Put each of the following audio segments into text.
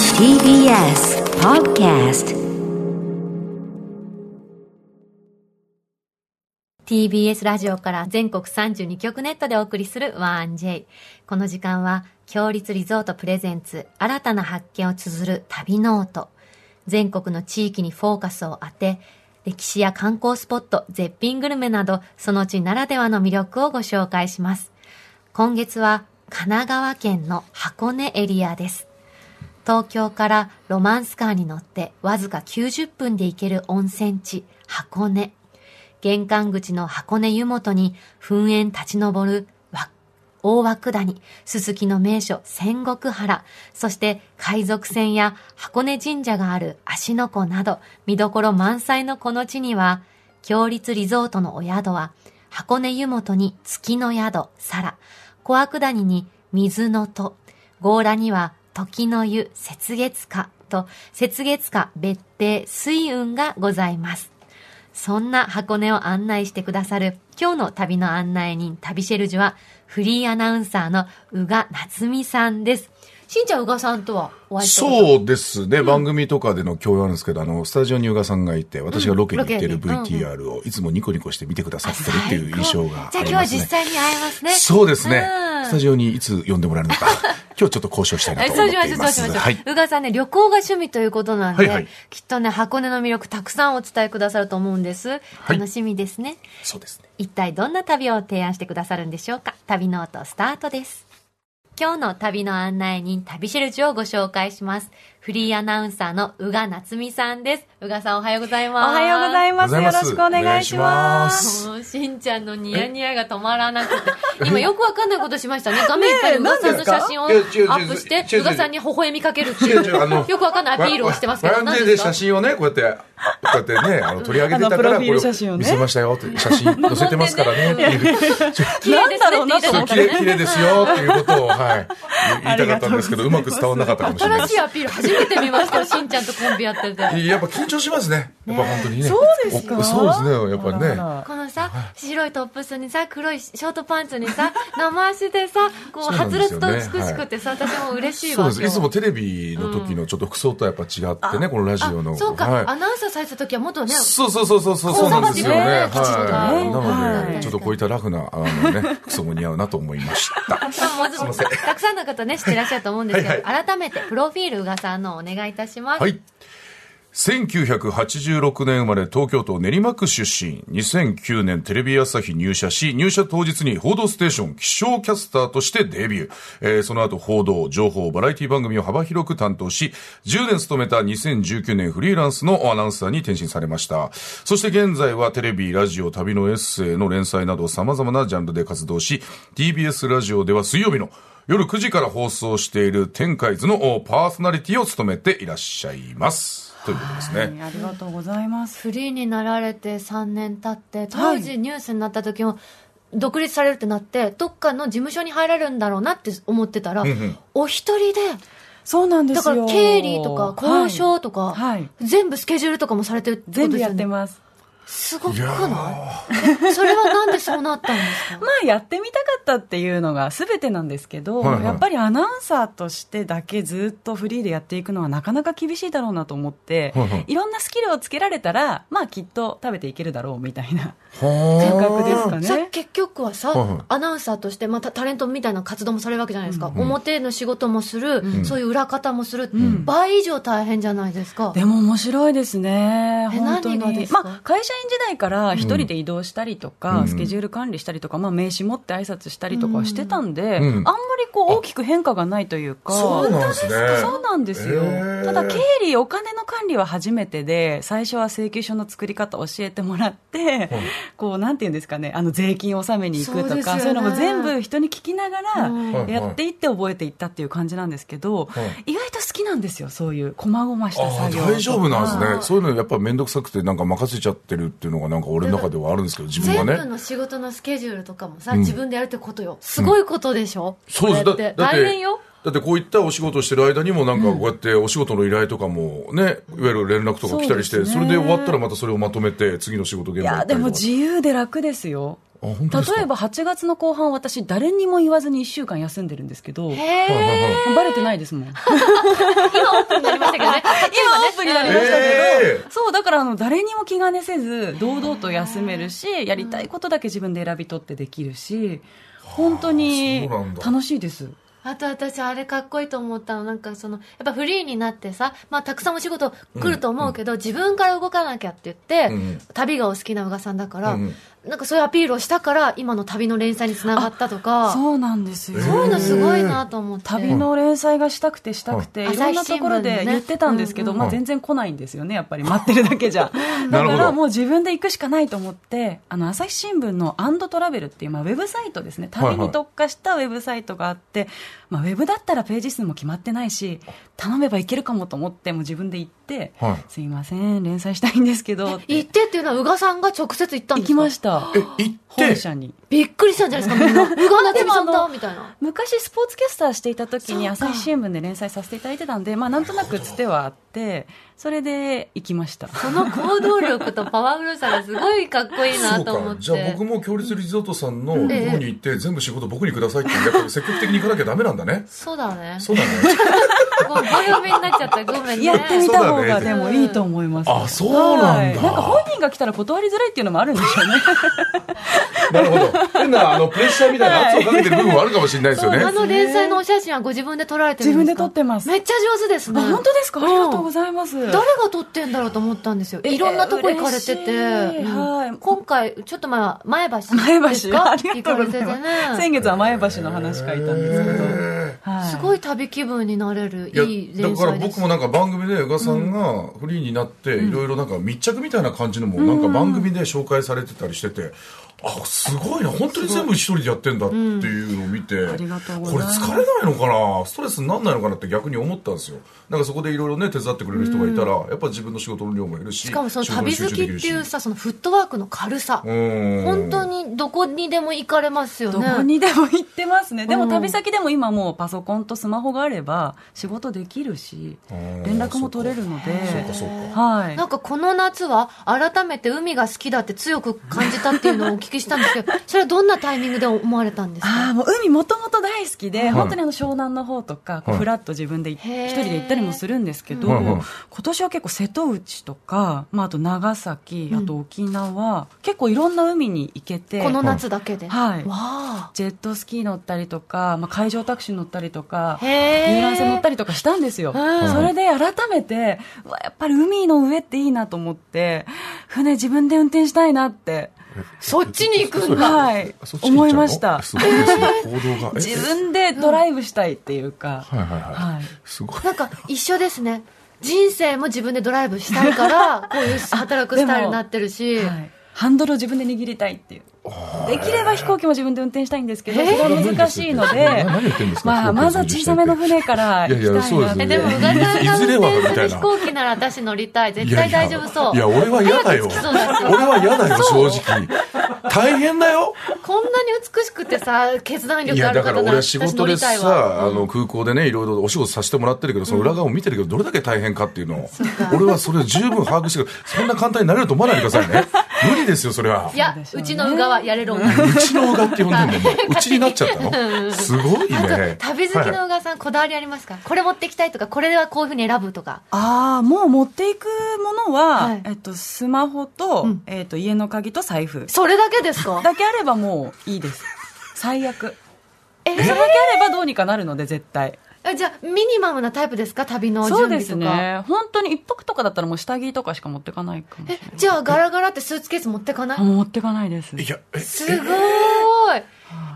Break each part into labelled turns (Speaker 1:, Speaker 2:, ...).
Speaker 1: TBS Podcast
Speaker 2: TBS ラジオから全国32局ネットでお送りする 1J。この時間は、強立リゾートプレゼンツ、新たな発見を綴る旅ノート。全国の地域にフォーカスを当て、歴史や観光スポット、絶品グルメなど、その地ならではの魅力をご紹介します。今月は、神奈川県の箱根エリアです。東京からロマンスカーに乗ってわずか90分で行ける温泉地、箱根。玄関口の箱根湯本に噴煙立ち上るわ大涌谷、すすきの名所仙石原、そして海賊船や箱根神社がある芦ノ湖など見どころ満載のこの地には、強立リゾートのお宿は箱根湯本に月の宿、サラ、小涌谷に水の戸、強羅には時の湯、雪月花と雪月花別邸水雲がございます。そんな箱根を案内してくださる今日の旅の案内人、旅シェルジュはフリーアナウンサーの宇賀夏美さんです。しんちゃん宇賀さんとはお会いしたこと
Speaker 3: そうですね、番組とかでの共演なんですけど、あの、スタジオに宇賀さんがいて、私がロケに行ってる
Speaker 2: ロケにうんうん
Speaker 3: VTR をいつもニコニコして見てくださってるって
Speaker 2: 最
Speaker 3: いう
Speaker 2: 高
Speaker 3: 印象がありますね。
Speaker 2: じゃあ今日は実際に会えますね。
Speaker 3: そうですね
Speaker 2: う。ん
Speaker 3: スタジオにいつ呼んでもらえる のか、今日ちょっと交渉したいなと思
Speaker 2: そ
Speaker 3: っ
Speaker 2: うしま
Speaker 3: て
Speaker 2: しょ、
Speaker 3: いうま
Speaker 2: そうし
Speaker 3: す。
Speaker 2: ましょう。
Speaker 3: はい。
Speaker 2: 宇賀さんね、旅行が趣味ということなんで、
Speaker 3: はいはい
Speaker 2: きっとね、箱根の魅力たくさんお伝えくださると思うんです。
Speaker 3: い
Speaker 2: 楽しみですね。
Speaker 3: そうですね。
Speaker 2: 一体どんな旅を提案してくださるんでしょうか旅ノートスタートです今日の旅の案内人旅シェルジュをご紹介しますフリーアナウンサーの宇賀夏美さんです宇賀さんおはようござい
Speaker 4: お
Speaker 2: ます
Speaker 4: はようございます。
Speaker 3: おは
Speaker 4: よ
Speaker 3: ようございま
Speaker 4: ろ
Speaker 3: す
Speaker 4: しくお願いします。
Speaker 2: もうしんちゃんのニヤニヤが止まらなく て今よくわかんないことしましたね画面いっぱいに宇賀さんの写真をア
Speaker 3: ねえ何ですか
Speaker 2: ップして
Speaker 3: いや違う違う違う
Speaker 2: 宇賀さんに微笑みかけるってい
Speaker 3: 違う違うあの
Speaker 2: うよくわかんないアピールをしてますけど
Speaker 3: ワン
Speaker 2: 何
Speaker 3: デー
Speaker 2: で
Speaker 3: です
Speaker 2: か
Speaker 3: 写真をね、こうやって、こうやってね、あの取り上げてた
Speaker 4: あの
Speaker 3: か
Speaker 4: プロ
Speaker 3: ら、
Speaker 4: フ
Speaker 3: これを
Speaker 4: ィール写真を
Speaker 3: 見
Speaker 4: ね
Speaker 3: せましたよって、写真載せてますからねっていう。
Speaker 2: 綺麗ですねって言いたい
Speaker 3: そ
Speaker 2: と
Speaker 3: う綺
Speaker 2: こ
Speaker 3: 麗綺麗ですよっていうことを、はい、言いたかったんですけど、うまく伝わらなかったかもしれない
Speaker 2: 新
Speaker 3: で
Speaker 2: しいアピール初めて見ましたよしんちゃんとコンビやってて
Speaker 3: す。やっぱ緊張しますね。やっぱ本当にね。
Speaker 4: そうですか
Speaker 3: おそうですね、やっぱりね。
Speaker 4: あらあら
Speaker 2: このさ、白いトップスにさ、黒いショートパンツに さ、生足でさ、こう、
Speaker 3: そうな
Speaker 2: は
Speaker 3: ん
Speaker 2: つ
Speaker 3: で
Speaker 2: ら
Speaker 3: す
Speaker 2: つ
Speaker 3: よ
Speaker 2: と
Speaker 3: ね
Speaker 2: 美しくてさ、私も嬉しい
Speaker 3: そう
Speaker 2: わ。
Speaker 3: です。いつ
Speaker 2: 今
Speaker 3: も
Speaker 2: 日
Speaker 3: テレビの時のちょっと服装とはやっぱ違ってね、このラジオの。
Speaker 2: あそうか、
Speaker 3: はい
Speaker 2: アナウンサーされてた時は元ね、
Speaker 3: そうそうそうそうそうそうなんですよね。
Speaker 2: こう
Speaker 3: はい。
Speaker 2: さばきね
Speaker 4: きちんとね
Speaker 3: なの
Speaker 2: は
Speaker 3: で、
Speaker 2: い
Speaker 3: ちょっとこういったラフな、あのね、服装も似合うなと思いました。
Speaker 2: あもうちょっとたくさんの方ね、知ってらっしゃると思うんですけど、
Speaker 3: はい
Speaker 2: 改めて、プロフィール宇賀さんのお願いいたします。
Speaker 3: はい。1986年生まれ東京都練馬区出身2009年テレビ朝日入社し入社当日に「報道ステーション」気象キャスターとしてデビュー、えーその後報道情報バラエティ番組を幅広く担当し10年勤めた2019年フリーランスのアナウンサーに転身されましたそして現在はテレビラジオ旅のエッセイの連載など様々なジャンルで活動し TBS ラジオでは水曜日の夜9時から放送している天海図のおパーソナリティを務めていらっしゃいます。ということです
Speaker 4: は
Speaker 3: ね。
Speaker 4: いありがとうございます。
Speaker 2: フリーになられて3年経って、当時ニュースになった時も、独立されるってなって、どっかの事務所に入られるんだろうなって思ってたら、
Speaker 3: ん
Speaker 2: お一人で、
Speaker 4: そうなんで
Speaker 2: だ
Speaker 4: す
Speaker 2: から
Speaker 4: よ。
Speaker 2: 経理とか交渉とか、
Speaker 4: はいはい
Speaker 2: 全部スケジュールとかもされてるってことですよ
Speaker 4: 全
Speaker 2: ね
Speaker 4: 部やってます。
Speaker 2: すごく ないそれはなんでそうなったんですか
Speaker 4: まあやってみたかったっていうのが全てなんですけど、
Speaker 3: はいはい
Speaker 4: やっぱりアナウンサーとしてだけずっとフリーでやっていくのはなかなか厳しいだろうなと思って、
Speaker 3: はい
Speaker 4: い
Speaker 3: はい
Speaker 4: ろんなスキルをつけられたら、まあきっと食べていけるだろうみたいな
Speaker 3: 感
Speaker 4: 感覚ですか
Speaker 2: さ
Speaker 4: ね。
Speaker 2: 結局はさ、
Speaker 3: はいはい
Speaker 2: アナウンサーとして、まあ、タタレントみたいな活動もされるわけじゃないですか、表の仕事もする、そういう裏方もする、倍以上大変じゃないですか、
Speaker 4: でも面白いですね。
Speaker 2: え
Speaker 4: 本当に
Speaker 2: 何がですか
Speaker 4: まあ、会社員時代から一人で移動したりとか、
Speaker 3: うん
Speaker 4: スケジュール管理したりとか、まあ、名刺持って挨拶したりとかはしてたんで、
Speaker 3: うん
Speaker 4: あんまりこう大きく変化がないというか。
Speaker 3: そうなんですね。
Speaker 4: そうなんですよ、
Speaker 3: へー
Speaker 4: ただ経理お金の管理は初めてで最初は請求書の作り方教えてもらって、こうなんていうんですかねあの税金納めに行くと
Speaker 2: そうですよ
Speaker 4: か
Speaker 2: ね
Speaker 4: そういうのも全部人に聞きなが
Speaker 2: う
Speaker 3: い
Speaker 4: らやっていって覚えていったっていう感じなんですけど、
Speaker 3: い
Speaker 4: 意外と好きなんですよそういう細々した
Speaker 3: ああ
Speaker 4: 作業とか
Speaker 3: 大丈夫なんですね。そういうのやっぱ面倒くさくてなんか任せちゃってるっていうのがなんか俺の中ではあるんですけど、自分
Speaker 2: 全
Speaker 3: は
Speaker 2: 部
Speaker 3: ね。
Speaker 2: の仕事のスケジュールとかもさ、
Speaker 3: うん
Speaker 2: 自分でやるってことよすごいことでしょ、
Speaker 3: そうです
Speaker 2: これって
Speaker 3: だだって
Speaker 2: 大変よ
Speaker 3: だってこういったお仕事をしてる間にもなんかこうやってお仕事の依頼とかもね、いわゆる連絡とか来たりして
Speaker 4: そう
Speaker 3: そ
Speaker 4: です
Speaker 3: れ
Speaker 4: ね
Speaker 3: で終わったらまたそれをまとめて次の仕事現
Speaker 4: い
Speaker 3: 場行
Speaker 4: や
Speaker 3: っ
Speaker 4: で
Speaker 3: たり
Speaker 4: も
Speaker 3: とか
Speaker 4: 自由で楽ですよ
Speaker 3: あ本当
Speaker 4: 例
Speaker 3: ですか
Speaker 4: えば8月の後半私誰にも言わずに1週間休んでるんですけど
Speaker 2: へ
Speaker 3: はいはいはい
Speaker 4: バレてないですもん今
Speaker 2: 今オープンになりましたけどね。
Speaker 4: オープンになりましたけど、
Speaker 3: えー
Speaker 4: そうだからあの誰にも気兼ねせず堂々と休めるしやりたいことだけ自分で選び取ってできるし本当
Speaker 3: そ
Speaker 4: に
Speaker 3: うなんだ
Speaker 4: 楽しいです
Speaker 2: あと私あれかっこいいと思ったのなんかそのやっぱフリーになってさ、まあ、たくさんお仕事来ると思うけど、自分から動かなきゃって言って、
Speaker 3: うん
Speaker 2: 旅がお好きな宇賀さんだから、
Speaker 3: うん
Speaker 2: なんかそういうアピールをしたから今の旅の連載につながったとかそう
Speaker 4: そうなんですよ
Speaker 2: いうのすごいなと思って
Speaker 4: 旅の連載がしたくてしたくて、
Speaker 2: うん
Speaker 4: いろんなところで言ってたんですけ
Speaker 2: 朝日新聞の
Speaker 4: ど、
Speaker 2: ね
Speaker 4: まあ、全然来ないんですよねやっぱり待ってるだけじゃだ
Speaker 3: なる
Speaker 4: か
Speaker 3: ほ
Speaker 4: ら
Speaker 3: ど
Speaker 4: もう自分で行くしかないと思ってあの朝日新聞の「アンドトラベル」っていう、まあ、ウェブサイトですね旅に特化したウェブサイトがあって、まあ、ウェブだったらページ数も決まってないし頼めばいけるかもと思ってもう自分で行って、
Speaker 3: はい
Speaker 4: すいません連載したいんですけど
Speaker 2: 行ってっていうのは宇賀さんが直接行ったん
Speaker 4: 行
Speaker 2: です
Speaker 4: き
Speaker 2: か
Speaker 4: ました
Speaker 3: え行って
Speaker 4: 本社に。
Speaker 2: びっくりしたんじゃないですか みんな宇賀夏美さん
Speaker 4: でもあ
Speaker 2: だ
Speaker 4: の
Speaker 2: みたいな
Speaker 4: 昔スポーツキャスターしていた時
Speaker 2: そう
Speaker 4: に
Speaker 2: か
Speaker 4: 朝日新聞で連載させていただいてたんで、まあ、なんとなくつてはあってそれで行きました
Speaker 2: その行動力とパワフルさがすごいかっこいいなと思って
Speaker 3: じゃあ僕も強立リゾートさんの方に
Speaker 2: ええ
Speaker 3: 行って全部仕事僕にくださいってやっぱり積極的に行かなきゃダメなんだね
Speaker 2: そうだね
Speaker 3: そうだね
Speaker 2: ごめん棒読みになっちゃったごめんね
Speaker 4: やってみた方
Speaker 3: そうだ
Speaker 4: が
Speaker 3: ね
Speaker 4: でもいいと思います、
Speaker 3: あそうなんだ
Speaker 4: はいなんか本人が来たら断りづらいっていうのもあるんでしょうね
Speaker 3: なるほど変なあのプレッシャーみたいな圧をかけてる部分はあるかもしれないですよね
Speaker 2: あの連載のお写真はご自分で撮られてるんですか
Speaker 4: 自分で撮ってます
Speaker 2: めっちゃ上手です
Speaker 4: あ
Speaker 2: ね
Speaker 4: 本当ですかありがとうご
Speaker 2: ん
Speaker 4: ざいます
Speaker 2: 誰が撮ってんだろうと思ったんですよ
Speaker 4: え
Speaker 2: いろんなとこ行かれてて、
Speaker 4: 嬉しい
Speaker 2: うん
Speaker 4: はい
Speaker 2: 今回ちょっと前は前橋
Speaker 4: 前
Speaker 2: です
Speaker 4: 橋
Speaker 2: か
Speaker 4: ありがとうござい
Speaker 2: 行
Speaker 4: ま
Speaker 2: かれ
Speaker 4: す
Speaker 2: てて
Speaker 4: 先
Speaker 2: ね
Speaker 4: 月は前橋の話書いたんですけど、
Speaker 3: へ
Speaker 4: はい、
Speaker 2: すごい旅気分になれる
Speaker 3: え
Speaker 2: いい
Speaker 3: やだ
Speaker 2: 連
Speaker 3: から
Speaker 2: 載で
Speaker 3: 僕
Speaker 2: す
Speaker 3: もなんか番組で宇賀さんがフリーになっていろいろなんか密着みたいな感じのもなんか番組で紹介されてたりしててあすごいな本当に全部一人でやってんだっていうのを見て、
Speaker 4: ありがとうご
Speaker 3: こ
Speaker 4: ざい
Speaker 3: れ
Speaker 4: ます
Speaker 3: 疲れないのかなストレスになんないのかなって逆に思ったんですよなんかそこでいろいろね手伝ってくれる人がいたら、やっぱ自分の仕事の量も減るし
Speaker 2: しかもその
Speaker 3: 仕事に
Speaker 2: 旅好
Speaker 3: 集中
Speaker 2: き
Speaker 3: で
Speaker 2: っ
Speaker 3: きる
Speaker 2: て
Speaker 3: し
Speaker 2: いうさそのフットワークの軽さ
Speaker 3: うん
Speaker 2: 本当にどこにでも行かれますよね
Speaker 4: どこにでも行ってますね。で
Speaker 2: う
Speaker 4: も
Speaker 2: ん
Speaker 4: 旅先でも今もうパソコンとスマホがあれば仕事できるし、
Speaker 3: ん
Speaker 4: 連絡も取れるので、
Speaker 3: そうかそうか
Speaker 4: はい。
Speaker 2: なんかこの夏は改めて海が好きだって強く感じたっていうのをお聞きしたんですけ ど、それはどんなタイミングで思われたんです
Speaker 4: あ
Speaker 2: か
Speaker 4: あ、もう海もともと大好きで、
Speaker 3: い
Speaker 4: 本当にあの湘南の方とか、こう
Speaker 3: はい
Speaker 4: フラッと自分で一
Speaker 2: へー
Speaker 4: 人で行ったりもするんですけど、
Speaker 3: はいはい
Speaker 4: 今年は結構瀬戸内とか、まああと長崎、あと沖縄、結構いろんな海に行けて、
Speaker 2: この夏だけで。
Speaker 4: はい
Speaker 2: わあ。
Speaker 4: ジェットスキー乗ったりとか、まあ、海上タクシー乗ったりとか、
Speaker 2: へー
Speaker 4: 遊覧船乗ったりとかしたんですよ。
Speaker 2: うん
Speaker 4: それで改めて、うわ、やっぱり海の上っていいなと思って、船自分で運転したいなって、
Speaker 2: そっちに行くんだ。
Speaker 4: はい
Speaker 3: あそっ、ちに行っちゃ
Speaker 4: 思い
Speaker 3: うの
Speaker 4: ました。
Speaker 3: すごいですね行動がえ
Speaker 4: 自分でドライブしたいっていうか、
Speaker 3: はいはいはい、
Speaker 4: はい。
Speaker 3: すごい
Speaker 2: なんか一緒ですね。人生も自分でドライブしたいから、 こういう働くスタイルになってるし。
Speaker 4: はいハンドルを自分で握りたいっていう。できれば飛行機も自分で運転したいんですけど、
Speaker 2: えー
Speaker 4: それは難しいので、
Speaker 3: 何言ってんですか
Speaker 4: まあ、まずは小さめの船から行きたいなっ
Speaker 3: い
Speaker 4: て
Speaker 3: やいやそうです
Speaker 2: え
Speaker 3: ね
Speaker 2: でも、宇賀さんが
Speaker 3: いず
Speaker 2: 運
Speaker 3: れは
Speaker 2: 転する
Speaker 3: みたいな
Speaker 2: 飛行機なら私乗りたい。絶対大丈夫そう。
Speaker 3: いや、いや俺は嫌だ
Speaker 2: 早く
Speaker 3: よ。
Speaker 2: 着きそうだし
Speaker 3: 俺は嫌だよ、正直。大変だよ。
Speaker 2: こんなに美しくてさ、決断
Speaker 3: い
Speaker 2: 力あ
Speaker 3: や、
Speaker 2: る
Speaker 3: だか
Speaker 2: 方
Speaker 3: ら
Speaker 2: なら
Speaker 3: 俺は
Speaker 2: 私
Speaker 3: 仕
Speaker 2: 乗
Speaker 3: 事で
Speaker 2: りたいわ。
Speaker 3: さ、あの、空港でね、いろいろお仕事させてもらってるけど、その裏側を見てるけど、どれだけ大変かっていうのを
Speaker 2: そうか。
Speaker 3: 俺はそれを十分把握してる。そんな簡単になれると思わないでく ださいね。無理ですよ、それは。
Speaker 2: いや、うちの宇賀はやれる女。
Speaker 3: うちのうがって呼んで んのもう、うちになっちゃったの。すごい
Speaker 2: あと
Speaker 3: ね。
Speaker 2: 旅好きの
Speaker 3: は
Speaker 2: 小川さん、こだわりありますか、これ持ってきたいとか、これはこういうふうに選ぶとか、
Speaker 4: ああ、もう持っていくものは、
Speaker 2: はい
Speaker 4: えっと、スマホと、えっと、家の鍵と財布。
Speaker 2: それだけですか、
Speaker 4: だけあればもういいです。最悪。
Speaker 2: え
Speaker 4: それだけあればどうにかなるので、絶対。
Speaker 2: えじゃあ、ミニマムなタイプですか、旅の準
Speaker 4: そう
Speaker 2: 備
Speaker 4: で
Speaker 2: とか。
Speaker 4: すね。本当に一泊とかだったらもう下着とかしか持ってかないかもしれ
Speaker 2: え
Speaker 4: ない。
Speaker 2: じゃあ、ガラガラってスーツケース持ってかない
Speaker 4: あもう持ってかないです。
Speaker 3: い。いや、え、
Speaker 2: すごーい。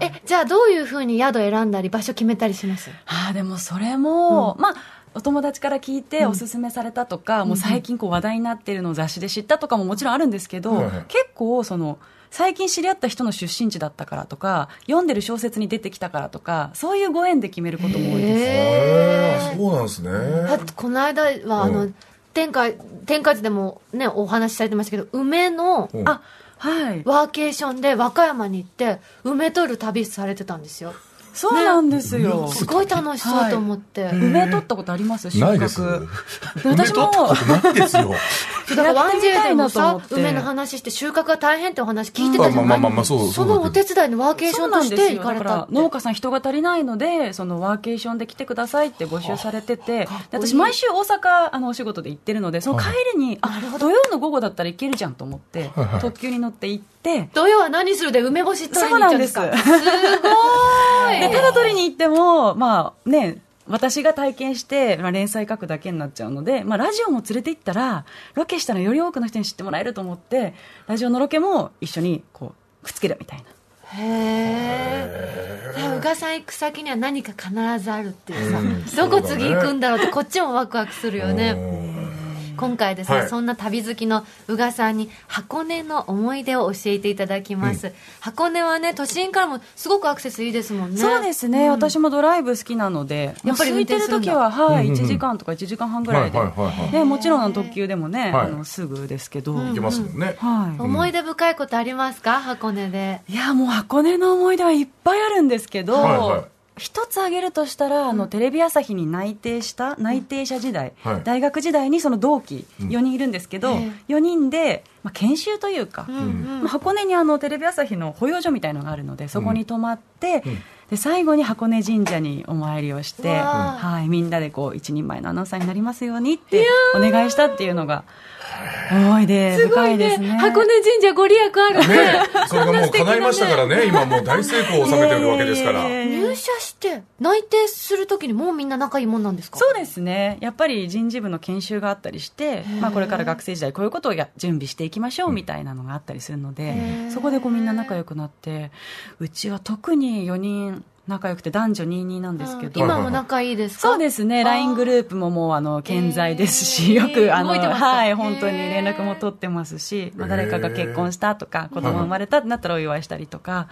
Speaker 2: え、じゃあ、どういうふうに宿選んだり、場所決めたりします
Speaker 4: ああ、でもそれも、まあ、お友達から聞いておすすめされたとか、もう最近こう話題になってるのを雑誌で知ったとかももちろんあるんですけど、
Speaker 3: はいはい
Speaker 4: 結構その、最近知り合った人の出身地だったからとか、読んでる小説に出てきたからとか、そういうご縁で決めることも多いです。
Speaker 2: へ
Speaker 3: あそうなんですね。
Speaker 2: ーだってこの間は、あ
Speaker 3: う
Speaker 2: の
Speaker 3: ん、
Speaker 2: 天下、天下地でもね、お話しされてましたけど、梅の、
Speaker 3: うん
Speaker 4: あ、はい。
Speaker 2: ワーケーションで和歌山に行って、梅取る旅されてたんですよ。
Speaker 4: そうなんですよ。
Speaker 2: すごい楽しそうと思って。
Speaker 4: 梅取ったことあります収穫
Speaker 3: ないです。
Speaker 4: 私も
Speaker 3: 梅取ったことな いですよ。
Speaker 2: だからワンジェイでも
Speaker 4: や
Speaker 2: さ
Speaker 4: ってみたいなと思って
Speaker 2: 梅の話して収穫が大変ってお話聞いてたじゃない
Speaker 3: まあまあまあまあそうそう
Speaker 2: そのお手伝いのワーケーションとして行かれたっ
Speaker 4: そうなんですよだから農
Speaker 2: て
Speaker 4: 家さん人が足りないのでそのワーケーションで来てくださいって募集されててで
Speaker 2: いい
Speaker 4: 私毎週大阪あのお仕事で行ってるのでその帰りにあ土曜の午後だったら行けるじゃんと思って
Speaker 3: はいはい
Speaker 4: 特急に乗って行って
Speaker 2: 土曜は何するで梅干し取りに行っちゃうんです
Speaker 4: そ
Speaker 2: か
Speaker 4: うなんです
Speaker 2: すご
Speaker 4: で
Speaker 2: い
Speaker 4: ただ取りに行ってもまあね私が体験して、まあ、連載書くだけになっちゃうので、まあ、ラジオも連れて行ったらロケしたらより多くの人に知ってもらえると思ってラジオのロケも一緒にこうくっつけるみたいな
Speaker 2: へえ宇賀さん行く先には何か必ずあるっていうさ、
Speaker 3: うん
Speaker 2: どこ次行くんだろうってこっちもワクワクするよ
Speaker 3: う
Speaker 2: ね
Speaker 3: ん
Speaker 2: 今回ですね、
Speaker 3: はい
Speaker 2: そんな旅好きの宇賀さんに箱根の思い出を教えていただきます、箱根はね都心からもすごくアクセスいいですもんね
Speaker 4: そうですね、私もドライブ好きなので、
Speaker 2: や
Speaker 4: や
Speaker 2: っ
Speaker 4: っ
Speaker 2: ぱ
Speaker 4: ぱ
Speaker 2: り
Speaker 4: り
Speaker 2: 運
Speaker 4: 空い
Speaker 2: 転
Speaker 4: て
Speaker 2: す
Speaker 4: る
Speaker 2: るんだ
Speaker 4: 時は、はい、1時間とか1時間半ぐ
Speaker 3: は
Speaker 4: ら
Speaker 3: い
Speaker 4: い
Speaker 3: はい
Speaker 4: で、
Speaker 3: はいはい。
Speaker 4: ね、もちろんあの特急でもね、
Speaker 3: はい
Speaker 4: あのすぐですけど、
Speaker 2: ん
Speaker 3: いけますもんね。
Speaker 4: は
Speaker 2: 思い出深いことありますか箱根で
Speaker 4: い、いや、もう箱根の思い出はいっぱいあるんですけど、
Speaker 3: はいはい
Speaker 4: 一つ挙げるとしたら、あのテレビ朝日に内定した、内定者時代、
Speaker 3: はい
Speaker 4: 大学時代にその同期、4人いるんですけど、
Speaker 2: ええ
Speaker 4: 4人で、まあ、研修というか、
Speaker 2: うん
Speaker 4: まあ、箱根にあのテレビ朝日の保養所みたいのがあるのでそこに泊まって、
Speaker 3: うん
Speaker 4: で最後に箱根神社にお参りをして、
Speaker 2: わあ
Speaker 4: はい、みんなでこう一人前のアナウンサーになりますようにってお願いしたっていうのが思い出
Speaker 2: すご
Speaker 4: 深
Speaker 2: い
Speaker 4: いです
Speaker 2: ね
Speaker 4: ね。
Speaker 2: 箱根神社ご利益あるね
Speaker 3: ねそれがもう叶いましたからね、今もう大成功を収めてるわけですから。
Speaker 4: いえいえいえ
Speaker 2: 入社して内定するときにもうみんな仲いいもんなんですか
Speaker 4: そうですねやっぱり人事部の研修があったりして、まあ、これから学生時代こういうことをや準備していきましょうみたいなのがあったりするので
Speaker 2: へー
Speaker 4: そこでこうみんな仲良くなってうちは特に4人仲良くて男女22なんですけ
Speaker 2: うん
Speaker 4: ど、
Speaker 2: 今も仲いいですか
Speaker 4: そうですね、
Speaker 2: あー
Speaker 4: LINE グループももうあの健在ですし、
Speaker 2: へー
Speaker 4: よくあの
Speaker 2: 動いてますか
Speaker 4: は
Speaker 2: へ
Speaker 4: い、
Speaker 2: ー
Speaker 4: 本当に連絡も取ってますし、まあ誰かが結婚したとか、子供生まれたってなったらお祝いしたりとか、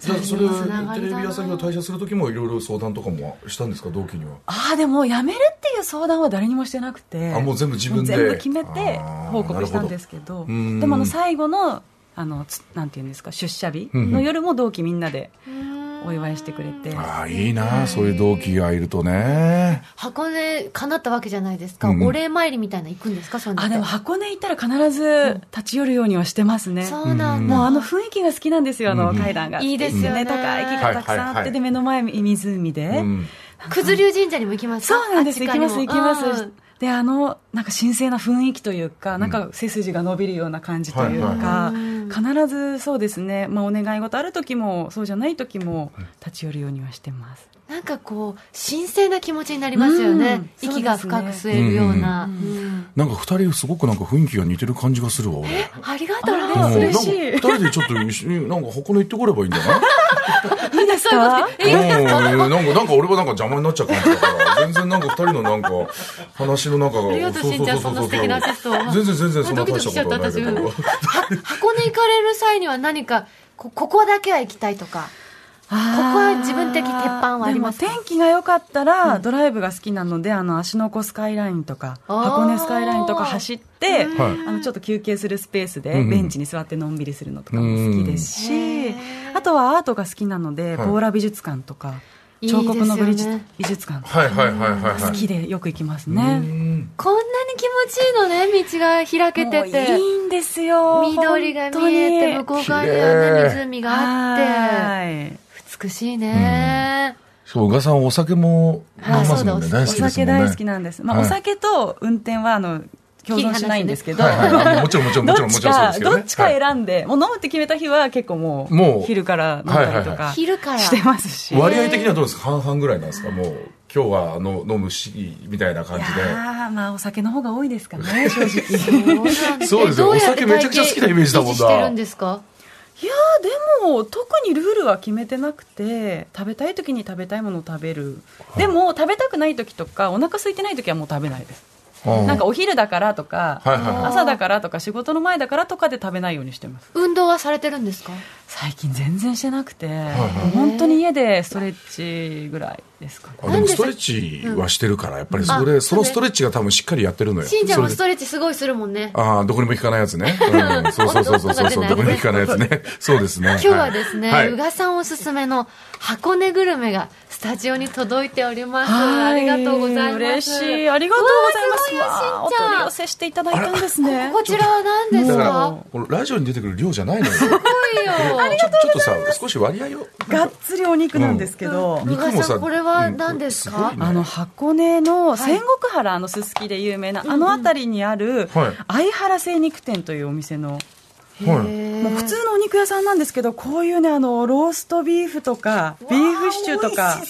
Speaker 3: じゃあそれ
Speaker 2: つなが
Speaker 3: テ
Speaker 2: り
Speaker 3: レ
Speaker 2: だ
Speaker 3: ビ
Speaker 2: な
Speaker 3: 朝日を退社する時もいろいろ相談とかもしたんですか同期には。
Speaker 4: ああ、でも辞めるっていう相談は誰にもしてなくて、
Speaker 3: あもう全部自分で
Speaker 4: もう全部決めて
Speaker 3: あー
Speaker 4: 報告したんですけ
Speaker 3: なる
Speaker 4: ど、
Speaker 3: ほどうん
Speaker 4: でもあの最後の、あのつなんていうんですか、出社日
Speaker 3: うんうん
Speaker 4: の夜も同期みんなで
Speaker 2: うん
Speaker 4: お祝いしてくれて、
Speaker 3: ああいいなそういう同期がいるとね。
Speaker 2: 箱根かなったわけじゃないですか、
Speaker 3: うんうん
Speaker 2: お礼参りみたいなの行くんですかそういうのっ
Speaker 4: あ
Speaker 2: て
Speaker 4: でも箱根行ったら必ず立ち寄るようにはしてますね。
Speaker 2: そうなんだ、
Speaker 4: もうあの雰囲気が好きなんですよ、あの
Speaker 3: うん
Speaker 4: 階段があって。
Speaker 2: いいですよね
Speaker 4: 高い木がたくさんあ
Speaker 3: はいは
Speaker 4: っ
Speaker 3: いは
Speaker 4: て、
Speaker 3: い
Speaker 4: で、目の前湖で
Speaker 3: う。ん。
Speaker 2: 九頭龍神社にも行きますか
Speaker 4: そうなんです、
Speaker 2: あっ
Speaker 4: 行き
Speaker 2: ち
Speaker 4: ま
Speaker 2: 側
Speaker 4: す、
Speaker 2: に
Speaker 4: 行
Speaker 2: も
Speaker 4: きま
Speaker 2: う
Speaker 4: す
Speaker 2: ん。
Speaker 4: で、あの、なんか神聖な雰囲気というか、なんか背筋が伸びるような感じという
Speaker 3: はい
Speaker 4: か
Speaker 2: はいうん、
Speaker 4: 必ずそうですね、まあお願い事ある時も、そうじゃない時も、立ち寄るようにはして ます。
Speaker 2: なんかこう神聖な気持ちになりますよね、
Speaker 4: うん
Speaker 2: 息が深く吸えるような、うん
Speaker 3: なんか二人すごくなんか雰囲気が似てる感じがするわ俺。
Speaker 2: ありがとうね
Speaker 4: あ
Speaker 3: うん
Speaker 4: 嬉しい
Speaker 3: なんか二人でちょっと一緒になんか箱根行ってこればいいんじゃない？
Speaker 4: いいですか
Speaker 3: うん、なんか、なんか俺はなんか邪魔になっちゃう感じだから、全然なんか二人のなんか、話の中が。
Speaker 2: ありがとうしんちゃんそんな素敵なアシストを
Speaker 3: 全然全然そんな大したことはないけ
Speaker 2: ドキ
Speaker 3: ど
Speaker 2: ド。箱根行かれる際には何かこここだけは行きたいとか
Speaker 4: ここ
Speaker 2: こは自分的鉄板はありますか
Speaker 4: 天気が良かったら、ドライブが好きなのであの芦ノ湖スカイラインとか
Speaker 2: あー
Speaker 4: 箱根スカイラインとか走って、
Speaker 2: うん
Speaker 3: はい
Speaker 4: あのちょっと休憩するスペースで、
Speaker 3: うん
Speaker 4: ベンチに座ってのんびりするのとかも好きです
Speaker 2: うんへ
Speaker 4: し、
Speaker 2: ー
Speaker 4: あとはアートが好きなので、
Speaker 3: はい
Speaker 4: ポーラ美術館とか
Speaker 2: いいですよ
Speaker 4: 彫
Speaker 2: ね
Speaker 4: 刻の美術,、美術館
Speaker 3: はいはいはいはいはい。
Speaker 4: 好きでよく行きます
Speaker 3: う
Speaker 4: ね。
Speaker 3: ん
Speaker 2: こんなに気持ちいいのね道が開けてて
Speaker 4: もういいんですよ
Speaker 2: 緑が見えて向
Speaker 4: 本当に
Speaker 2: こう側にはね
Speaker 3: 綺麗
Speaker 2: 湖があって
Speaker 4: はい
Speaker 2: 美しいね、
Speaker 3: そう、宇賀さんお酒も飲みますもんね。
Speaker 2: あそうだ
Speaker 3: 大
Speaker 4: お
Speaker 3: 好きですも
Speaker 4: 酒
Speaker 3: んね。
Speaker 4: 大好きなんです、まあ
Speaker 3: はい
Speaker 4: お酒と運転はあの共存しないんです けど、
Speaker 3: はいはいあもちろんもちろんもちろんもちろんそうですけどね
Speaker 4: どっちか選んで、もう飲むって決めた日は結構もう
Speaker 3: もう
Speaker 4: 昼から飲んだり
Speaker 3: は
Speaker 4: と
Speaker 3: いはい
Speaker 4: か
Speaker 2: 昼から
Speaker 4: してますし、
Speaker 3: 割合的にはどうですか半々ぐらいなんですかもう、今日はあの飲むし、みたいな感じ
Speaker 4: いやーまあお酒の方が多いですかね正
Speaker 2: そ
Speaker 4: 直いや
Speaker 2: うなんだ
Speaker 3: そうですよ
Speaker 2: えどやって
Speaker 3: お酒めちゃくちゃ好きなイメージだもんな
Speaker 2: 体型維持してるんですか
Speaker 4: ーでも特にルールは決めてなくて食べたい時に食べたいものを食べるでも食べたくない時とかお腹空いてない時はもう食べないです
Speaker 3: うん
Speaker 4: なんかお昼だからとか、
Speaker 3: はいはいはい
Speaker 4: 朝だからとか仕事の前だからとかで食べないようにしてます
Speaker 2: 運動はされてるんですか
Speaker 4: 最近全然してなくて、
Speaker 3: はい
Speaker 4: 本当に家でストレッチぐらいですかね
Speaker 3: あでもストレッチはしてるから、やっぱりそ
Speaker 2: うん
Speaker 3: れ、
Speaker 2: あ
Speaker 3: そのストレッチが多分しっかりやってるのよ。
Speaker 2: しんちゃんもス
Speaker 3: そ
Speaker 2: トレ
Speaker 3: れで
Speaker 2: ッチすごいするもんね。
Speaker 3: ああ、どこにも効かないやつ ね。うん、そうそうそうそうそうそう、
Speaker 2: 音が出ないね
Speaker 3: どこにも効かないやつ ね。そうですね。
Speaker 2: 今日はですね、
Speaker 3: はい、
Speaker 2: 宇賀さんおすすめの箱根グルメがスタジオに届いております。あ
Speaker 4: はい
Speaker 2: りがとうございます。
Speaker 4: 嬉しい。ありがとうございます。
Speaker 2: うわ
Speaker 4: わ
Speaker 2: ーすごいよしんちゃん
Speaker 4: あお取り寄せしていただいたんですね。
Speaker 2: こちらは何です
Speaker 3: だか、
Speaker 2: から
Speaker 3: このラジオに出てくる量じゃな いのよ。すご
Speaker 2: いいよ
Speaker 3: ちょちょっとさ、少し割合を。
Speaker 4: がっつりお肉なんですけど。
Speaker 2: 宇賀
Speaker 3: 肉も
Speaker 2: さ
Speaker 3: さ
Speaker 2: ん、これは何ですか、
Speaker 3: うんすごいね
Speaker 4: あの箱根の仙石原のすすきで有名な、あの辺りにある
Speaker 3: はい
Speaker 4: 相原精肉店というお店の、
Speaker 3: はい。
Speaker 4: もう普通のお肉屋さんなんですけどこういうねあのローストビーフとかビーフシチューとか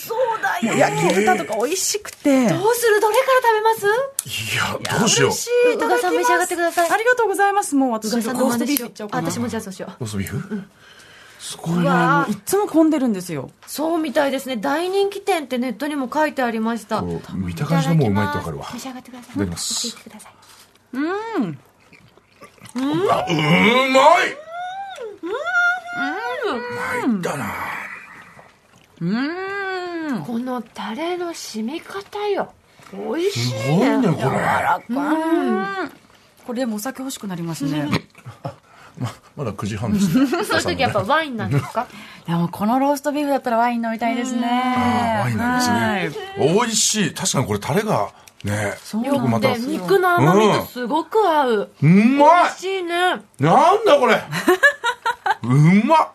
Speaker 4: もう焼き豚とか美味しくて
Speaker 2: どうするどれから食べます
Speaker 3: いや、どうしよう。
Speaker 4: 嬉しいいただき
Speaker 2: 宇賀さん召し上がってください
Speaker 4: ありがとうございますもう私
Speaker 2: 宇賀
Speaker 4: ロ
Speaker 2: さんのお
Speaker 4: ースト
Speaker 2: 話
Speaker 4: ビ
Speaker 2: し
Speaker 4: ーフい
Speaker 2: よ
Speaker 4: っ
Speaker 2: う
Speaker 4: ちゃお。うか
Speaker 2: あ
Speaker 4: な
Speaker 2: 私もじゃあそうしよう。
Speaker 3: ローストビーフすごいな。
Speaker 2: わあ
Speaker 4: いっつも混んでるんですよ
Speaker 2: そうみたいですね。大人気店ってネットにも書いてありました。
Speaker 3: こう見た
Speaker 2: い
Speaker 3: 感
Speaker 2: た
Speaker 3: じで
Speaker 2: だき
Speaker 3: もううまいっ
Speaker 2: ま
Speaker 3: てわ
Speaker 2: す
Speaker 3: かるわ。
Speaker 2: 召し上がってください。
Speaker 3: いただきます
Speaker 2: いってください。
Speaker 3: あうまいうんまいだな。
Speaker 4: うーん
Speaker 2: このタレの染み方よ。美味し
Speaker 3: す
Speaker 2: い
Speaker 3: ごい
Speaker 2: ね。
Speaker 3: ね、これ。
Speaker 4: これでもお酒欲しくなりますね
Speaker 3: まだ9時半ですね。
Speaker 2: そういう時やっぱワインなんですか
Speaker 4: でもこのローストビーフだったらワイン飲みたいですね
Speaker 3: ああ、ワインなん
Speaker 4: はい
Speaker 3: ですね。美味しい。確かにこれタレが、ね。
Speaker 4: そう
Speaker 2: よ
Speaker 4: なん
Speaker 3: ま
Speaker 2: く
Speaker 3: た
Speaker 2: て肉の甘みとすごく合う。
Speaker 3: うまい
Speaker 2: 美味しいね。
Speaker 3: なんだこれうまっ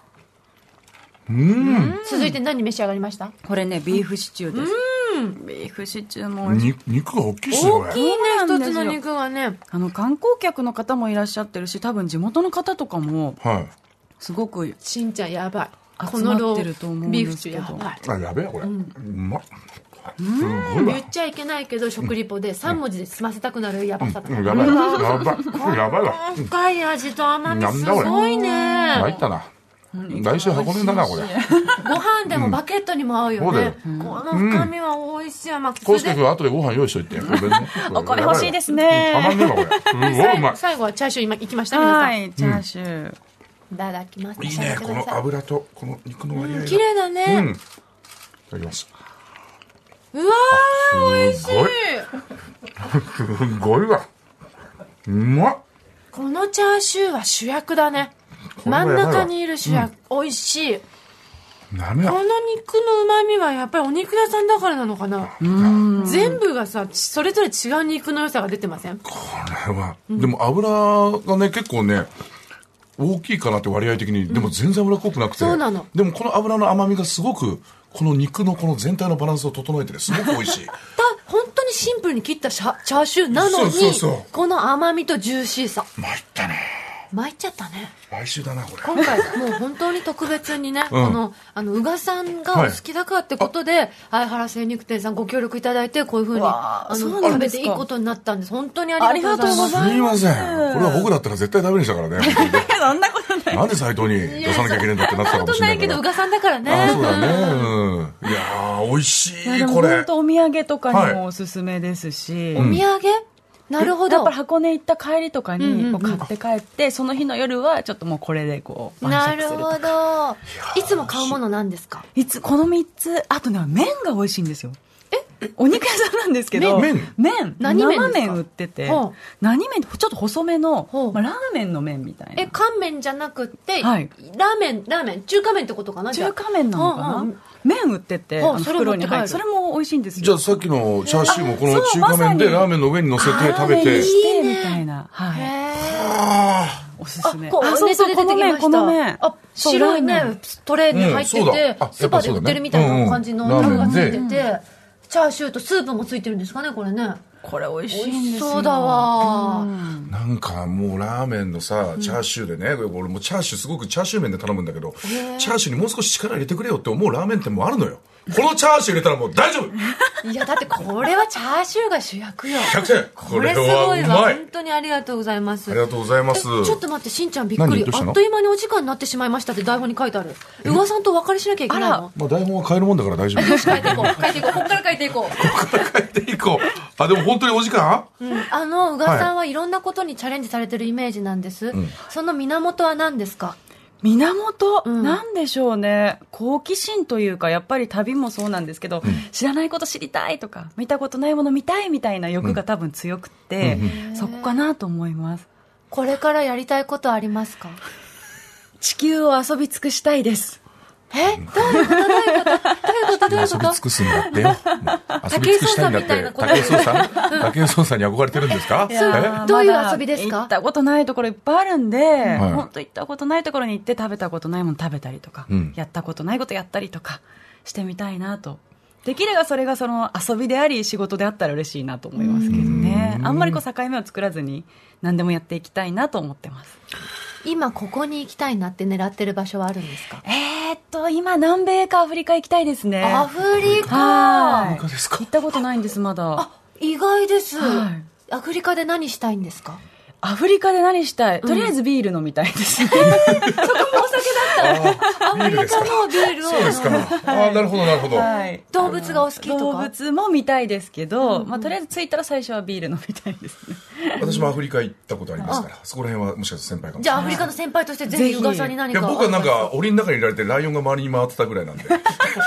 Speaker 3: うん
Speaker 2: 続いて何召し上がりました
Speaker 4: これねビーフシチューですビーフシチューも美味しい
Speaker 3: に肉が大きいしねこ
Speaker 2: 大きい
Speaker 3: れ
Speaker 2: ね、
Speaker 4: そう
Speaker 2: 一
Speaker 4: なんで
Speaker 2: つ
Speaker 4: すよ
Speaker 2: の肉がね。
Speaker 4: あの観光客の方もいらっしゃってるし多分地元の方とかも
Speaker 3: はい
Speaker 4: すごく
Speaker 2: しんちゃんやばい。こ
Speaker 4: 集
Speaker 2: の
Speaker 4: ま
Speaker 2: ロ
Speaker 4: ってると思
Speaker 2: ー
Speaker 4: うん
Speaker 2: ビ
Speaker 4: で
Speaker 2: ーフシ
Speaker 4: す
Speaker 2: チ
Speaker 4: け
Speaker 2: ュ
Speaker 4: ど
Speaker 2: ーやばい。
Speaker 3: あやべえこれうまっすごいわ
Speaker 2: 言っちゃいけないけど食リポで3文字で済ませたくなるやばさだ
Speaker 3: うんやばいやばいこれやばいわ
Speaker 2: 深い味と甘み
Speaker 3: なん
Speaker 2: す
Speaker 3: だこれ
Speaker 2: ごいね
Speaker 3: 参ったな来週箱根だなこれ
Speaker 2: ご飯でもバケットにも合うよね、この深みは美味しい甘く
Speaker 3: コ
Speaker 2: て
Speaker 3: ウスケ君後でご飯用意しといてお米
Speaker 4: お米欲しいですね
Speaker 3: たまんねえわこれすごいうまい
Speaker 2: 最後はチャーシュー今行きました皆さ
Speaker 4: は
Speaker 2: んい
Speaker 4: いチャーシュー
Speaker 2: ただきます
Speaker 3: いいねこの油とこの肉の割合が
Speaker 2: 綺麗だ
Speaker 3: うんい
Speaker 2: ね、
Speaker 3: ただきます
Speaker 2: うわー美味しい
Speaker 3: すごいすごいわうまっ
Speaker 2: このチャーシューは主役だね
Speaker 3: これは
Speaker 2: 真
Speaker 3: やば
Speaker 2: ん
Speaker 3: いわ
Speaker 2: 中にいる主役、美味しい
Speaker 3: ダメだ
Speaker 2: この肉の旨味はやっぱりお肉屋さんだからなのかな全部がさそれぞれ違う肉の良さが出てません
Speaker 3: これは、でも油がね結構ね大きいかなって割合的に、でも全然油っこくなくて
Speaker 2: そうなの
Speaker 3: でもこの油の甘みがすごくこの肉のこの全体のバランスを整えてねすごく美味しい
Speaker 2: た本当にシンプルに切ったシャチャーシューなのに
Speaker 3: そうそうそう
Speaker 2: この甘みとジューシーさ
Speaker 3: 参ったね
Speaker 2: 参っちゃったね
Speaker 3: 来週だなこれ
Speaker 2: 今回もう本当に特別にね、
Speaker 3: うん
Speaker 2: このあの宇賀さんがお好きだからってことで、相原精肉店さんご協力いただいてこういうふうに
Speaker 4: わ
Speaker 2: あ
Speaker 4: あ
Speaker 2: の
Speaker 4: そうな
Speaker 2: 食
Speaker 4: ん
Speaker 2: べ
Speaker 4: です
Speaker 2: て
Speaker 4: か
Speaker 2: いいことになったんです本当にありがとうございます
Speaker 4: ありがとうございます
Speaker 3: すみませんこれは僕だったら絶対ダメにした からね本当
Speaker 4: そんなことない
Speaker 3: になんで斎藤に出さなきゃいけないんだってなってたかも
Speaker 2: 本当
Speaker 3: しれ
Speaker 2: な
Speaker 3: ないい
Speaker 2: け
Speaker 3: か
Speaker 2: ど宇
Speaker 3: ら
Speaker 2: 賀さんだから
Speaker 3: あ
Speaker 2: ね
Speaker 3: そうだねうんいやー美味しい
Speaker 4: でも
Speaker 3: これ
Speaker 4: 本当お土産とかに
Speaker 3: は
Speaker 4: もおすすめですし、
Speaker 2: お土産なるほ
Speaker 4: やっ
Speaker 2: ど
Speaker 4: ぱり箱根行った帰りとか
Speaker 2: うんうんう
Speaker 4: に
Speaker 2: ん
Speaker 4: こう買って帰って、その日の夜はちょっともうこれでこう晩
Speaker 2: な
Speaker 4: 酌
Speaker 2: る
Speaker 4: すると
Speaker 2: ほ
Speaker 4: か
Speaker 2: どいつも買うものなんですか
Speaker 4: いつこの3つあとね麺が美味しいんですよえお肉屋さんなんですけど
Speaker 3: 麺
Speaker 4: 麺
Speaker 2: 何麺ですか
Speaker 4: 生麺売ってて
Speaker 2: ほう
Speaker 4: 何麺ってちょっと細めの
Speaker 2: ほう、
Speaker 4: まあ、ラーメンの麺みたい
Speaker 2: え
Speaker 4: な
Speaker 2: 乾麺じゃなくって、
Speaker 4: はい
Speaker 2: ラーメンラーメン中華麺ってことかなじゃあ
Speaker 4: 中華麺なのか
Speaker 2: う
Speaker 4: な
Speaker 2: う
Speaker 4: ん
Speaker 2: ん
Speaker 4: 麺売ってて
Speaker 2: ほう
Speaker 4: あの
Speaker 2: それ持っ
Speaker 4: 袋
Speaker 2: て帰
Speaker 4: に
Speaker 2: る
Speaker 4: 入ってそれも美味しいんですよ
Speaker 3: じゃあさっきのチャーシューもこの
Speaker 4: あそ
Speaker 3: 中華
Speaker 4: う
Speaker 3: 麺で
Speaker 4: まさに
Speaker 3: ラーメンの上に乗せて
Speaker 4: ラ
Speaker 3: 食
Speaker 4: ー
Speaker 3: べ
Speaker 4: メン
Speaker 3: て
Speaker 4: にして
Speaker 2: いいね
Speaker 4: みたいな、はい、
Speaker 2: へ
Speaker 4: おすすめ
Speaker 2: こうネットで出てきました
Speaker 4: この麺
Speaker 2: あ白いねトレーに入って
Speaker 3: うんそうだ
Speaker 2: て
Speaker 3: あ、やっぱ
Speaker 2: スーパーで売ってるみたいな感じの
Speaker 3: そうだ
Speaker 2: タ
Speaker 3: ね
Speaker 2: レがついて
Speaker 3: うん
Speaker 2: て、チャーシューとスープもついてるんですかねこれね
Speaker 4: これ美味し
Speaker 2: 美
Speaker 4: いん
Speaker 2: 味し
Speaker 4: ですよ
Speaker 2: そうだわ、
Speaker 3: なんかもうラーメンのさチャーシューでね、俺もうチャーシューすごくチャーシュー麺で頼むんだけどチャーシューにもう少し力入れてくれよって思うラーメン店もあるのよこのチャーシュー入れたらもう大丈夫
Speaker 2: いやだってこれはチャーシューが主役よ
Speaker 3: 100点
Speaker 2: これすご
Speaker 3: はい
Speaker 2: わ
Speaker 3: うまい
Speaker 2: 本当にありがとうございます
Speaker 3: ありがとうございます
Speaker 2: えちょっと待ってしんちゃんびっく
Speaker 3: 何
Speaker 2: り
Speaker 3: どうした
Speaker 2: あ
Speaker 3: の
Speaker 2: っという間にお時間になってしまいましたって台本に書いてある宇賀さんとお別れしなきゃいけない
Speaker 4: あ
Speaker 2: の
Speaker 3: まあ、台本は変えるもんだから大丈夫です
Speaker 2: 書いていこう書いていこうこっから書いていこう
Speaker 3: 変えていこうあ、でも本当にお時間
Speaker 2: うんあの宇賀さんはいろんなことにチャレンジされてるイメージなんです、
Speaker 3: ん
Speaker 2: その源は何ですか
Speaker 4: 源、
Speaker 2: ん
Speaker 4: なんでしょうね好奇心というかやっぱり旅もそうなんですけど、知らないこと知りたいとか見たことないもの見たいみたいな欲が多分強くって、そこかなと思います
Speaker 2: これからやりたいことありますか
Speaker 4: 地球を遊び尽くしたいです
Speaker 2: えどういうことどういうことどういうことどういう
Speaker 3: 遊
Speaker 2: こ
Speaker 3: び
Speaker 2: と
Speaker 3: 尽くすんだってよ。もう遊び尽くしたいんだって。
Speaker 2: 武
Speaker 3: 武
Speaker 2: 井
Speaker 3: 井
Speaker 2: 壮
Speaker 3: 壮さん武井壮さんに憧れてるんですか
Speaker 4: いやー
Speaker 2: えどういう
Speaker 4: まだ
Speaker 2: 遊びですか
Speaker 4: 行ったことないところいっぱいあるんで、
Speaker 3: い
Speaker 4: 本当行ったことないところに行って食べたことないもの食べたりとか、
Speaker 3: うん
Speaker 4: やったことないことやったりとかしてみたいなとできればそれがその遊びであり仕事であったら嬉しいなと思いますけどねあんまりこう境目を作らずに何でもやっていきたいなと思ってます
Speaker 2: 今ここに行きたいなって狙ってる場所はあるんですか
Speaker 4: えー、っと今南米かアフリカ行きたいですね
Speaker 2: アフリ
Speaker 4: は
Speaker 2: カ
Speaker 4: い
Speaker 3: いかがですか
Speaker 4: 行ったことないんですまだ
Speaker 2: 意外です、
Speaker 4: はい
Speaker 2: アフリカで何したいんですか
Speaker 4: アフリカで何したいとりあえずビール飲みたいですね、
Speaker 2: アの
Speaker 3: ビールですか
Speaker 2: ビールを
Speaker 3: そうですか。ああ、なるほど、なるほど。
Speaker 4: はい
Speaker 2: 動物がお好きとか
Speaker 4: 動物も見たいですけど、まあ、とりあえず着いたら最初はビール飲みたいですね
Speaker 3: 私もアフリカ行ったことありますから、そこら辺はもしかしたら先輩かもし
Speaker 2: じ
Speaker 3: れ
Speaker 2: ゃあ
Speaker 3: な
Speaker 2: アフ
Speaker 3: い。
Speaker 2: リカの先輩としてぜ
Speaker 4: ぜ
Speaker 2: ひ
Speaker 4: ひ
Speaker 2: 宇賀さんに何
Speaker 3: い
Speaker 2: か
Speaker 3: や、僕はなんか、檻の中にいられて、ライオンが周りに回ってたぐらいな んで、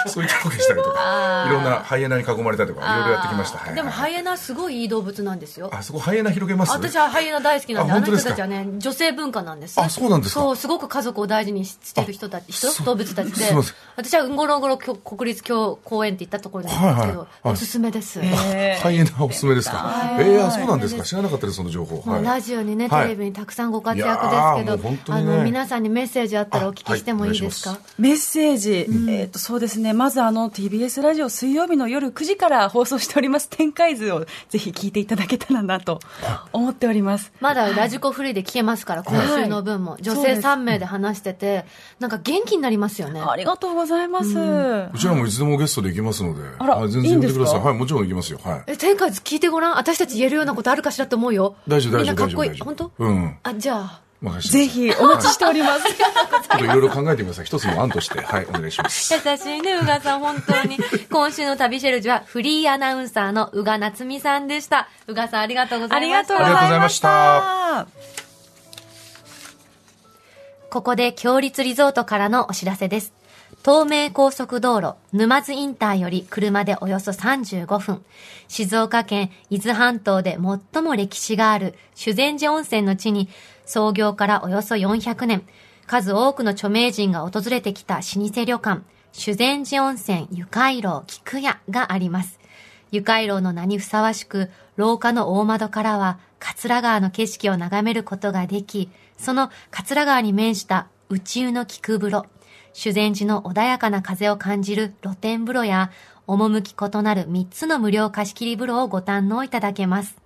Speaker 3: そういったことにしたりとか、いろんなハイエナに囲まれたりとか、いろいろやってきました。はい
Speaker 2: でもハイエナすごいいい動物なんですよ
Speaker 3: あそこハイエナ広げます
Speaker 2: 私はハイエナ大好きなんで、
Speaker 3: あ
Speaker 2: あの
Speaker 3: 本当で
Speaker 2: 人
Speaker 3: すか
Speaker 2: たちはね、女性文化なんです。
Speaker 3: あそうなんですか
Speaker 2: そう、すごく家族を大事にしてる人たち、人動物たちで
Speaker 3: そうすいません。
Speaker 2: 私はうんごろうんごろきょ国立教公園って行ったところなんですけ
Speaker 3: は
Speaker 2: ど
Speaker 3: い、はいはい
Speaker 2: おすすめです。
Speaker 4: え
Speaker 3: ハイエナおすすめですか。えー、あそうなんですか。知らなかったです、その情報。
Speaker 2: も
Speaker 3: は
Speaker 2: う
Speaker 3: い
Speaker 2: ラジオにね、
Speaker 3: はい
Speaker 2: テレビにたくさんご活躍ですけ
Speaker 3: いやーもう
Speaker 2: ど、
Speaker 3: 本当
Speaker 2: あ
Speaker 3: にね
Speaker 2: の、皆さんにメッセージあったらお聞きしてもいいですか、
Speaker 3: あはい
Speaker 4: メッセージ、えー、とそうですねまずあの TBS ラジオ水曜日の夜9時から放送しております展開図をぜひ聞いていただけたらなと思っております
Speaker 2: まだラジコフリーで聞けますから、今週の分も。女
Speaker 4: そうで
Speaker 2: 性
Speaker 4: す
Speaker 2: 3名で話してて、なんか元気になりますよね。
Speaker 4: ありがとうございます、
Speaker 3: こちらもいつでもゲストできますので、
Speaker 4: あら
Speaker 3: はい全然呼んでくださ
Speaker 4: い
Speaker 3: い。
Speaker 4: いんですか
Speaker 3: はい、もちろん行きますよ。はい。
Speaker 2: え、天下聞いてごらん。私たち言えるようなことあるかしらと思うよ。
Speaker 3: 大丈夫、
Speaker 2: み
Speaker 3: 大
Speaker 2: ん
Speaker 3: 丈
Speaker 2: なか
Speaker 3: 夫、
Speaker 2: っ
Speaker 3: 大丈夫。
Speaker 2: こいい。
Speaker 3: 大丈夫
Speaker 2: 本当
Speaker 3: うん。
Speaker 2: あ、じゃあ。
Speaker 3: 任せて
Speaker 4: ぜ
Speaker 3: く
Speaker 4: ひお待ちしており ます
Speaker 3: ださい。ちょっといろいろ考えてください。一つの案として、はい、お願いします。
Speaker 2: 優しいね、宇賀さん、本当 に。今週の旅シェルジュは、フリーアナウンサーの宇賀夏美さんでした。宇賀さん、ありがとうござ
Speaker 4: あ
Speaker 2: い
Speaker 4: り
Speaker 2: ま
Speaker 4: が
Speaker 2: し
Speaker 4: とう
Speaker 2: た。
Speaker 3: あ
Speaker 4: ござ
Speaker 3: りがとうござ
Speaker 4: い
Speaker 3: い
Speaker 4: ま
Speaker 3: ま
Speaker 4: し
Speaker 3: したた
Speaker 2: ここで、強立リゾートからのお知らせです。東名高速道路、沼津インターより車でおよそ35分。静岡県伊豆半島で最も歴史がある修善寺温泉の地に、創業からおよそ400年、数多くの著名人が訪れてきた老舗旅館、修善寺温泉ゆかいろう菊屋があります。湯海楼の名にふさわしく、廊下の大窓からは、桂川の景色を眺めることができ、その桂川に面した内湯の菊風呂、修善寺の穏やかな風を感じる露天風呂や、趣異なる3つの無料貸し切り風呂をご堪能いただけます。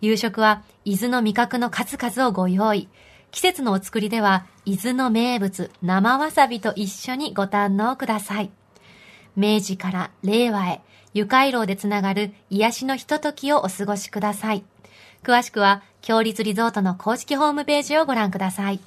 Speaker 2: 夕食は、伊豆の味覚の数々をご用意。季節のお作りでは、伊豆の名物、生わさびと一緒にご堪能ください。明治から令和へ、愉快楼でつながる癒しのひとときをお過ごしください。詳しくは、強立リゾートの公式ホームページをご覧ください。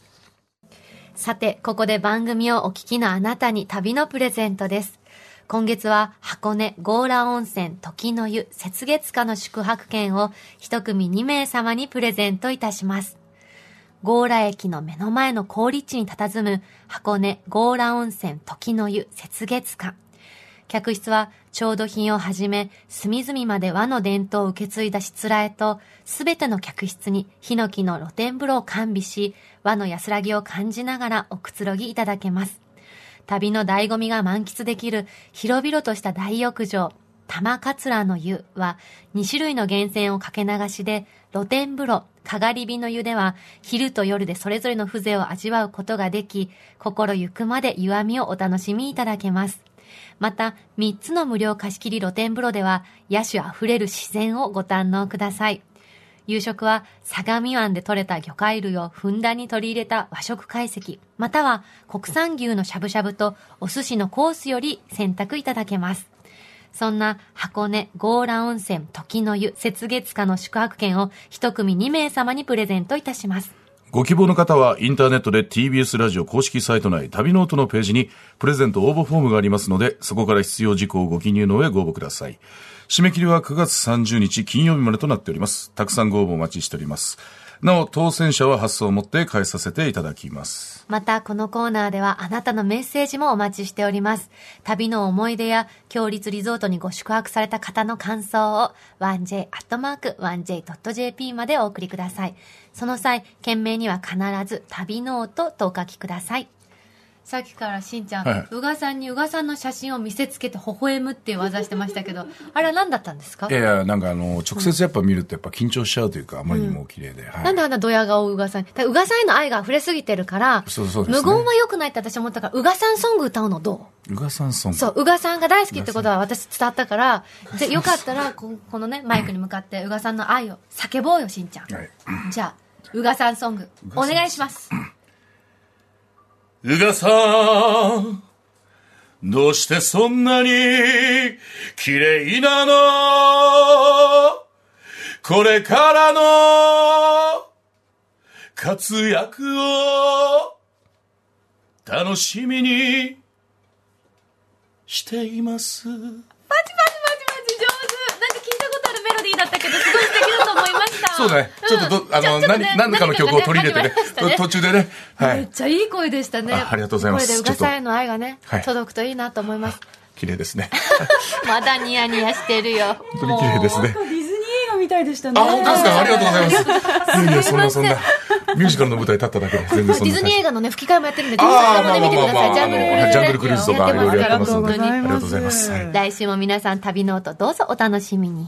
Speaker 2: さて、ここで番組をお聞きのあなたに旅のプレゼントです。今月は箱根強羅温泉時の湯雪月花の宿泊券を一組2名様にプレゼントいたします。強羅駅の目の前の高立地に佇む箱根強羅温泉時の湯雪月花。客室は調度品をはじめ隅々まで和の伝統を受け継いだしつらえとすべての客室にヒノキの露天風呂を完備し和の安らぎを感じながらおくつろぎいただけます旅の醍醐味が満喫できる広々とした大浴場玉桂の湯は2種類の源泉をかけ流しで露天風呂かがり火の湯では昼と夜でそれぞれの風情を味わうことができ心ゆくまで湯あみをお楽しみいただけますまた、3つの無料貸し切り露天風呂では、野手あふれる自然をご堪能ください。夕食は、相模湾で採れた魚介類をふんだんに取り入れた和食懐石、または国産牛のしゃぶしゃぶとお寿司のコースより選択いただけます。そんな箱根強羅温泉時の湯雪月花の宿泊券を一組2名様にプレゼントいたします。
Speaker 3: ご希望の方はインターネットで TBS ラジオ公式サイト内旅ノートのページにプレゼント応募フォームがありますのでそこから必要事項をご記入の上ご応募ください。締め切りは9月30日金曜日までとなっております。たくさんご応募お待ちしております。なお、当選者は発送をもって返させていただきます。
Speaker 2: またこのコーナーではあなたのメッセージもお待ちしております旅の思い出や強立リゾートにご宿泊された方の感想を 1j.1j.jp までお送りくださいその際件名には必ず「旅ノート」とお書きくださいさっきからしんちゃん、
Speaker 3: はいう
Speaker 2: がさんにうがさんの写真を見せつけて微笑むっていう技してました けどあれは何だったんですか
Speaker 3: いやいや、なんかあの、直接やっぱ見るとやっぱ緊張しちゃうというか、あまりにもお綺麗で。はい
Speaker 2: なんであんなドヤ顔うがさんに。だからうがさんへの愛が溢れすぎてるから、
Speaker 3: そうそうですね
Speaker 2: 無言は良くないって私思ったから、うがさんソング歌うのど
Speaker 3: 宇賀さんソン
Speaker 2: う
Speaker 3: グ
Speaker 2: そう、うがさんが大好きってことは私伝わったから、じゃあよかったらこ、このね、マイクに向かってうがさんの愛を叫ぼうよ、しんちゃん。
Speaker 3: はい
Speaker 2: じゃあ、うがさんソング、お願いします。
Speaker 3: うがさん、どうしてそんなに綺麗なのこれからの活躍を楽しみにしています。
Speaker 2: パチパチパチパチ上手なんか聞いたことあるメロディーだったけど、すごい素敵だと思いました。
Speaker 3: そうね、ちょっとど、あの、
Speaker 2: ちょちょっとね
Speaker 3: 何、何らかの曲を取り入
Speaker 2: 何
Speaker 3: れて
Speaker 2: かが入りました
Speaker 3: ね、途中でね、は
Speaker 2: めっ
Speaker 3: い、
Speaker 2: ちゃいい声でしたね。
Speaker 3: あありがとうございます
Speaker 2: これでうがさんへの愛がね
Speaker 3: ちょっとは、い
Speaker 2: 届くといいなと思います。
Speaker 3: 綺麗ですね。
Speaker 2: まだニヤニヤしてるよ。
Speaker 3: 本当に綺麗ですね。
Speaker 4: ディズニー映画みたいでしたね
Speaker 3: あ、本当ですかありがとうございます。いやいや、そんなそんな。ミュージカルの舞台立っただけで、全然
Speaker 2: デ
Speaker 3: そんな。
Speaker 2: ィズニー映画のね、吹き替えもやってるんで、ぜひ
Speaker 3: あー
Speaker 2: それもね、見てください。ジャングルクルーズ。
Speaker 3: ジャングルクルーズとかいろいろやってますんで。
Speaker 2: やってますから
Speaker 3: ありがとうございます。はい
Speaker 2: 来週も皆さん旅ノートどうぞお楽しみに。